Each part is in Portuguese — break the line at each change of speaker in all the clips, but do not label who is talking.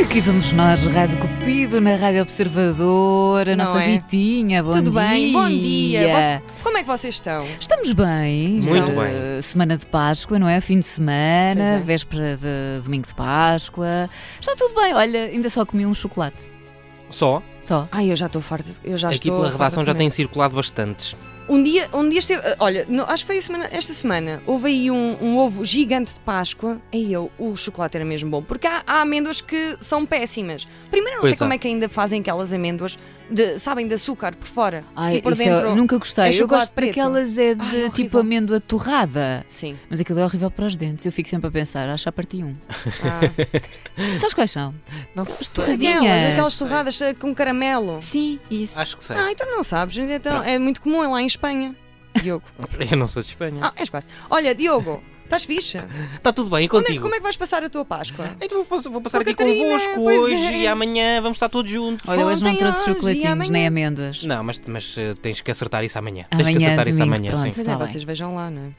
Aqui vamos nós, Rádio Cupido, na Rádio Observador, a
Não
nossa
é?
Ritinha, bom
Tudo
dia.
bem? Bom dia. Vos- Como é que vocês estão?
Estamos bem.
Muito
Está- Semana de Páscoa, não é? Fim de semana,
Pois é.
véspera de domingo de Páscoa. Está tudo bem. Olha, ainda só comi um chocolate.
Só,
Só.
Ai, eu já estou farta. de- Eu já
aqui
estou
pela
farta
redação
de
já
comer.
têm circulado bastantes.
Um dia, um dia esteve. Olha, no- acho que foi a semana- esta semana. Houve aí um, um ovo gigante de Páscoa. Aí eu, o chocolate era mesmo bom. Porque há, há amêndoas que são péssimas. Primeiro, não sei
Pois é.
como é que ainda fazem aquelas amêndoas, de, sabem, de açúcar por fora
Ai,
e por
isso
dentro.
eu nunca gostei.
é
eu
chocolate
gosto
preto.
daquelas é de
Ai, é
tipo
horrível.
amêndoa torrada.
Sim.
Mas aquilo é horrível para os dentes. Eu fico sempre a pensar, acho que já parti um.
Ah.
Sabes quais são?
Não sei.
aquelas,
Torradinhas.
aquelas torradas eh, com caramelo.
Sim, isso.
Acho que sei.
Ah, então não sabes. Então, é muito comum é lá em Espanha. Diogo.
Eu não sou de Espanha.
Ah, és quase. Olha, Diogo, estás fixe?
Está tudo bem, e
Onde é-
contigo?
como é que vais passar a tua Páscoa?
Então vou, pass- vou passar
Com a
aqui
Catarina,
convosco
pois
hoje
é.
e amanhã vamos estar todos juntos.
Olha, hoje não
Ontem,
trouxe
hoje e
chocolatinhos
amanhã.
nem amêndoas.
Não, mas, mas eh, tens que acertar isso amanhã. tens que
Amanhã,
acertar isso
domingo,
amanhã,
pronto.
sim.
Pois é,
Está bem.
vocês vejam lá, não é?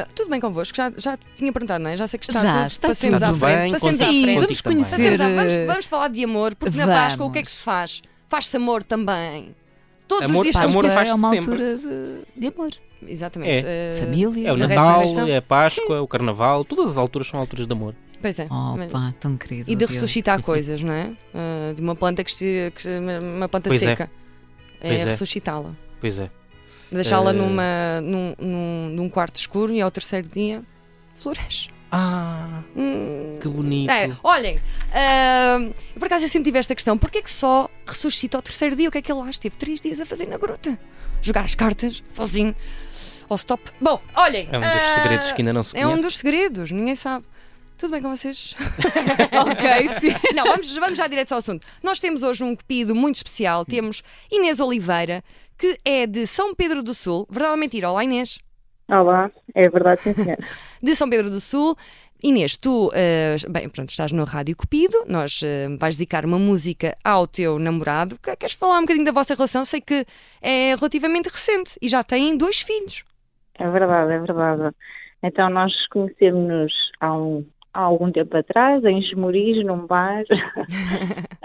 Ah, tudo bem convosco? Já, já te tinha perguntado, não é? Já sei que está
Já,
tudo.
está
passemos
tudo
à frente.
bem,
passemos
contigo-
à frente.
contigo
vamos
também.
conhecer.
Passemos à-
eh,
vamos, vamos falar de amor, porque na
vamos.
Páscoa o que é que se faz? Faz-se amor também. Todos
Amor-
os dias
Páscoa
se
amor
faz.
faz-se
é uma
sempre.
altura de, de amor. Eh,
Exatamente. ah,
Família.
É o
Na
Natal,
ressurreição?
é a Páscoa, o Carnaval, todas as alturas são alturas de amor.
Pois é. Mas-
Opa, tão querido.
E de
Diogo.
ressuscitar coisas, não é? Ah, de uma planta que, se, que se- uma planta
Pois é.
seca. É,
Pois é.
ressuscitá-la.
Pois é.
Deixá-la
Eh.
numa, num, num, num quarto escuro e ao terceiro dia floresce.
Ah,
Hum.
que bonito.
É, olhem, ahm, por acaso eu sempre tive esta questão: porquê é que só ressuscita ao terceiro dia? O que é que ele lá esteve três dias a fazer na gruta? Jogar as cartas, sozinho, ao stop. Bom, olhem.
É um dos
ah,
segredos que ainda não se
É
conhece.
um dos segredos, ninguém sabe. Tudo bem com vocês?
ok, sim.
Não, vamos, vamos já direto ao assunto. Nós temos hoje um cupido muito especial. Temos Inês Oliveira, que é de São Pedro do Sul. Verdade mentira? Olá, Inês.
Olá, é verdade, sim, senhor.
De São Pedro do Sul. Inês, tu, eh, bem, pronto, estás no Rádio Cupido. Nós eh, vais dedicar uma música ao teu namorado. Que- Queres falar um bocadinho da vossa relação? Sei que é relativamente recente e já têm dois filhos.
É verdade, é verdade. Então, nós conhecemos-nos há, um- há algum tempo atrás, em Esmoriz, num bar.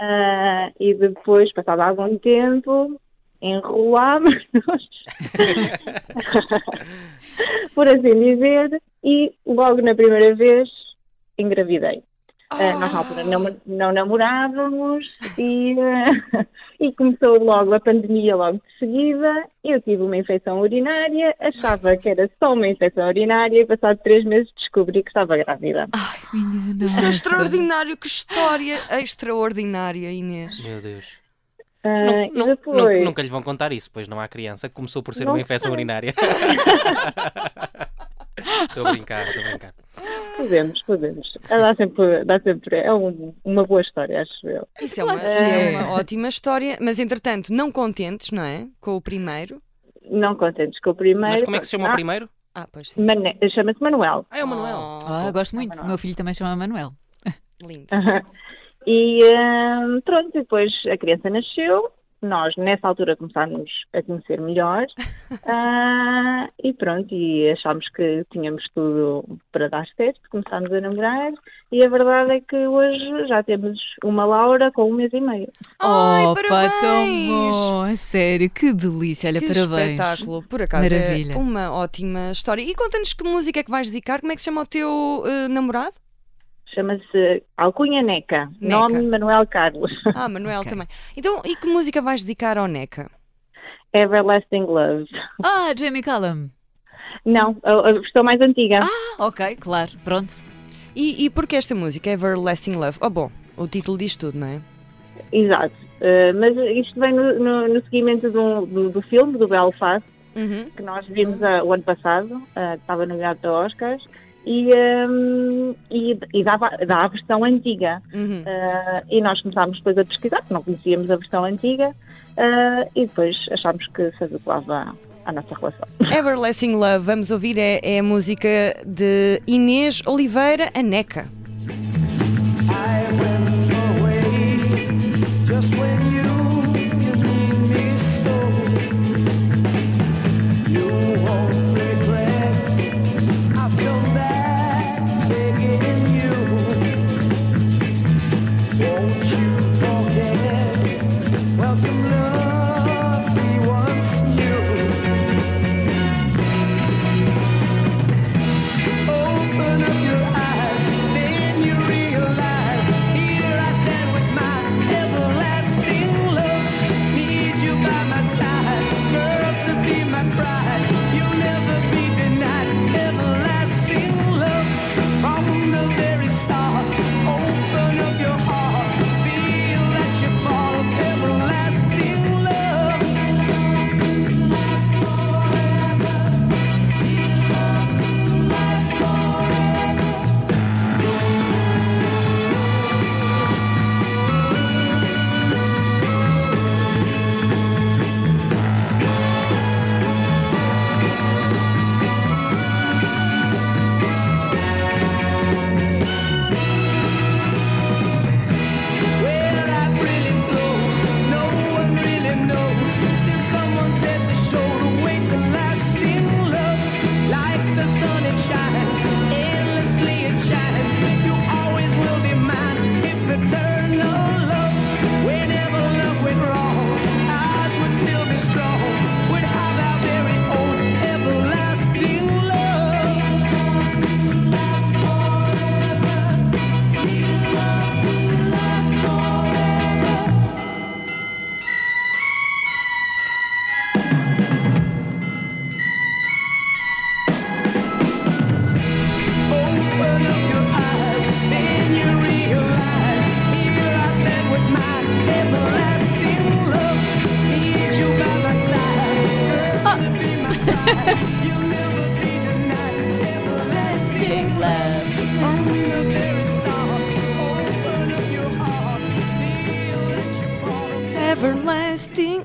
Ah, e depois, passado algum tempo, enrolámos-nos, por assim dizer, e logo na primeira vez engravidei. Ah, nós na altura não, não namorávamos e, ah, e começou logo a pandemia logo de seguida. Eu tive uma infecção urinária, achava que era só uma infecção urinária e passado três meses descobri que estava grávida.
Ah,
Minha
Isso
nossa.
é extraordinário, que história é extraordinária, Inês.
Meu Deus.
Ah,
Nun-
e
nun-
depois...
nun- Nunca lhe vão contar isso, pois não há criança. que Começou por ser
Não
uma infecção
sei.
urinária. Estou a brincar, estou a brincar.
Podemos, podemos. Ah, Dá sempre, dá sempre é um- uma boa história, acho eu.
Isso é uma,
Claro que
é
é.
uma ótima história, mas entretanto, não contentes, não é? Com o primeiro.
Não contentes com o primeiro.
Mas como é que se chama o
Ah,
primeiro?
Ah, pois sim.
Mane- Chama-se Manuel.
Ah, é o Manuel.
Ah, gosto
Tá
muito. O
Manuel.
meu filho também se chama Manuel.
Oh, lindo.
E ah, pronto, depois a criança nasceu. Nós, nessa altura, começámos a conhecer melhor. Ah, e pronto, e achámos que tínhamos tudo para dar certo. Começámos a namorar. E a verdade é que hoje já temos uma Laura com um mês e meio.
Ai,
Opa,
parabéns!
tão bom. a Sério, que delícia. Olha,
Que
parabéns.
espetáculo, por acaso é
Maravilha.
uma ótima história. E conta-nos que música é que vais dedicar, como é que se chama o teu eh, namorado?
Chama-se Alcunha Neca.
Neca.
Nome Manuel Carlos.
Ah, Manuel
Ok.
também. Então, e que música vais dedicar ao Neca?
Everlasting Love.
Ah, Jamie Callum.
Não, a a versão mais antiga.
Ah, ok, claro. Pronto.
E, e porquê esta música, Everlasting Love? Oh, bom, o título diz tudo, não é?
Exato. Uh, mas isto vem no, no- no seguimento do, do, do filme, do Belfast,
Uhum.
que nós vimos ah, o ano passado, ah, que estava nomeado para Oscars, e, um, e, e dava, dá a versão antiga.
Uhum.
Ah, e nós começámos depois a pesquisar, porque não conhecíamos a versão antiga, ah, e depois achámos que se adequava à nossa relação.
Everlasting Love, vamos ouvir, é, é a música de Inês Oliveira, a Neca.
I went away just when you you need me so. You won't regret. I've come back begging you. Won't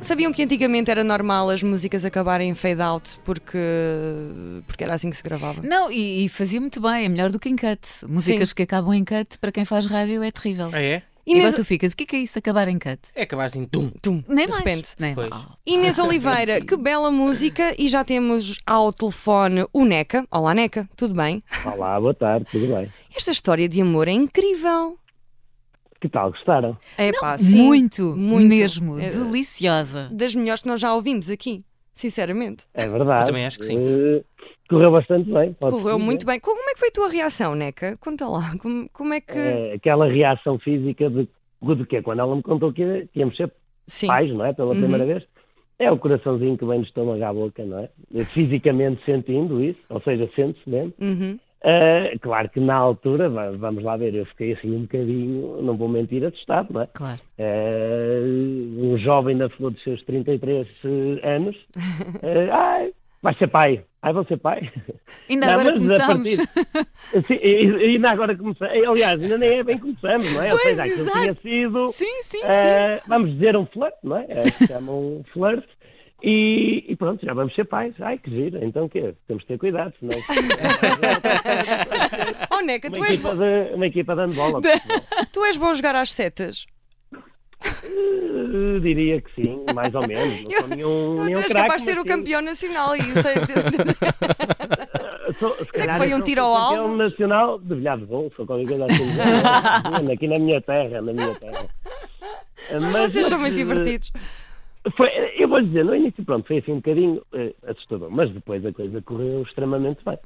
Sabiam que antigamente era normal as músicas acabarem em fade out porque, porque era assim que se gravava.
Não, e, e fazia muito bem, é melhor do que em cut. Músicas que acabam em cut, para quem faz rádio, é terrível.
Ah, é?
Agora
Inês,
tu ficas, o que é, que é isso de acabar em cut?
É acabar assim, tum.
tum,
Nem
de
mais.
repente.
Nem
Pois.
mais.
Inês Oliveira, que bela música e já temos ao telefone o Neca. Olá Neca, tudo bem?
Olá, boa tarde, tudo bem?
Esta história de amor é incrível.
Que tal, gostaram?
É pá, sim.
muito,
muito.
mesmo,
É-
deliciosa.
Das melhores que nós já ouvimos aqui, sinceramente.
É verdade.
Eu também acho que sim.
Eh, correu bastante bem. pode-se
Correu
dizer. né?
muito bem. Como é que foi a tua reação, Neca? Conta lá, como, como é que.
Eh, aquela reação física de, de quê? Quando ela me contou que, que íamos ser
sim.
pais, não é? Pela
Uhum.
primeira vez. É o coraçãozinho que vem do estômago à boca, não é? Eh, Fisicamente sentindo isso, ou seja, sente-se mesmo.
Uhum.
Eh, claro que na altura, va- vamos lá ver, eu fiquei assim um bocadinho, não vou mentir, assustado, não é?
Claro.
Eh, um jovem na flor dos seus 33 anos. Eh, ai, vai ser pai. Ai, vou ser pai.
Ainda
Não,
agora
mas a
começamos.
partir- Sim, e- e ainda agora começamos. Aliás, ainda nem é bem começamos, não é? Ou
Pois,
seja, aquilo
exato.
tinha sido,
Sim, sim, sim.
eh, vamos dizer, um flirt, não é? Eh, se chama um flirt. E, e pronto, já vamos ser pais. Ai, que giro. Então o quê? Temos de ter cuidado, senão
Oh, Neca, tu
uma,
és,
equipa de, uma equipa de é? handbola.
bo- tu és bom a jogar às setas.
Eh, diria que sim, mais ou menos. Não
Eu-
sou nenhum,
Tu
nenhum
és
craque,
capaz de ser
mas
o
sim.
campeão nacional e é- sei-
Sou, se calhar
foi
eu
um
sou
tiro ao alvo?
campeão nacional de bilhar de bolso ou qualquer coisa assim. Mano, aqui na minha terra, na minha terra. Mas,
vocês são muito
mas, eh,
divertidos.
Foi, eu vou lhe dizer, no início, pronto, foi assim um bocadinho eh, assustador, mas depois a coisa correu extremamente bem.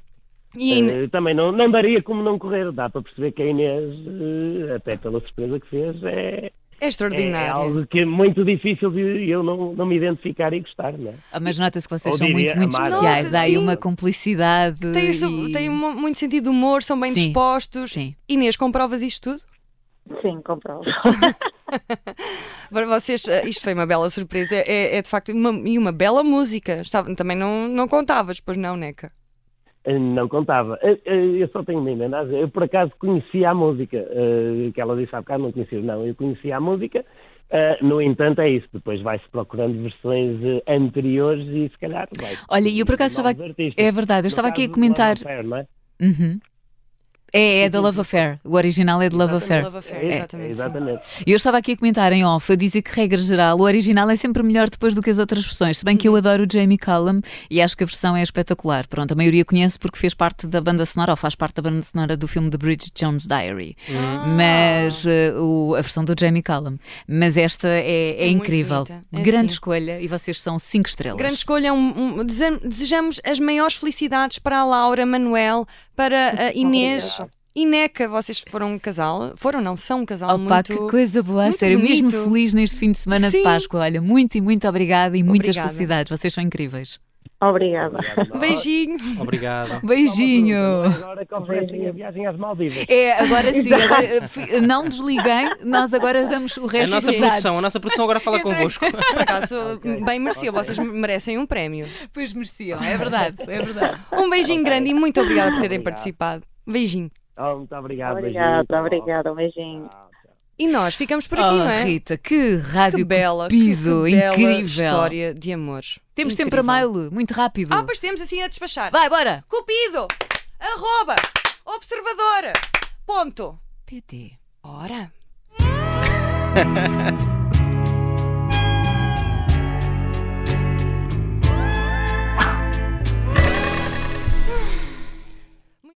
E Inês,
Eh, também não, não daria como não correr, dá para perceber que a Inês, eh, até pela surpresa que fez, é,
é
é, é
extraordinário.
algo que é muito difícil de eu não, não me identificar e gostar, não é?
Ah, Mas nota-se que vocês
Ou
são muito,
diria
muito
amar.
especiais. Há aí
Sim.
uma cumplicidade.
Tem, isso-
e-
tem mu- muito sentido de humor, são bem
Sim.
dispostos.
Sim.
Inês, comprovas isto tudo?
Sim, comprovo.
Para vocês, eh, isto foi uma bela surpresa. É, é de facto uma, e uma bela música. Estava- também não, não contavas, pois não, Neca?
Eh, Não contava. Eh, eh, Eu só tenho uma emenda. a dizer. Eu, por acaso, conhecia a música. eh, Que ela disse há bocado, não conhecia. Não, eu conhecia a música. Eh, No entanto, é isso. Depois vai-se procurando versões eh, anteriores e, se calhar, vai.
Olha, e eu por acaso
Novos
estava-
artistas.
É verdade, eu
No
estava aqui a
caso, Lana
comentar.
Del Rey, não é?
Uhum. É, é da Love Affair. O original é de Love Affair.
Love Affair,
É,
exatamente. sim.
exatamente.
E eu estava aqui a comentar em off, a dizer que, regra geral, o original é sempre melhor depois do que as outras versões. Se bem
Uhum.
que eu adoro o Jamie Cullum e acho que a versão é espetacular. Pronto, a maioria conhece porque fez parte da banda sonora, ou faz parte da banda sonora do filme The Bridget Jones Diary.
Ah.
Mas eh, o- a versão do Jamie Cullum. Mas esta é, é
É muito
incrível.
bonita. É
Grande
sim.
escolha e vocês são cinco estrelas.
Grande escolha, um- um- dese- desejamos as maiores felicidades para a Laura, Manuel, para a Inês e Neca. Vocês foram um casal, foram não, são um casal
Opa, que
muito...
coisa boa, a
muito
sério. Mesmo
bonito.
feliz neste fim de semana
Sim.
de Páscoa. Olha, muito e muito obrigada e muitas
Obrigada.
felicidades. Vocês são incríveis.
Obrigada.
Beijinho.
Obrigado.
Beijinho.
Agora que oferecem a viagem às Maldivas.
É, agora sim, agora, eh, fi- não desliguem, nós agora damos o
É A
resto
nossa
dos dados.
produção, a nossa produção agora fala convosco.
Por acaso, bem merecia, vocês merecem um prémio.
Pois mereciam, é verdade, é verdade.
Um beijinho grande e muito obrigada por terem
Obrigado.
participado. Beijinho.
Oh, muito obrigado.
Obrigada,
beijinho.
obrigada. Um beijinho.
Tchau, tchau.
E nós ficamos por aqui,
oh,
não é?
Rita, que rádio
Que bela, que,
cupido,
que bela
incrível.
história de amor.
Temos tempo
Incrível.
para mail, muito rápido.
Ah, pois temos assim a despachar.
Vai, bora.
Cupido, arroba, observadora, ponto.
PT.
Ora.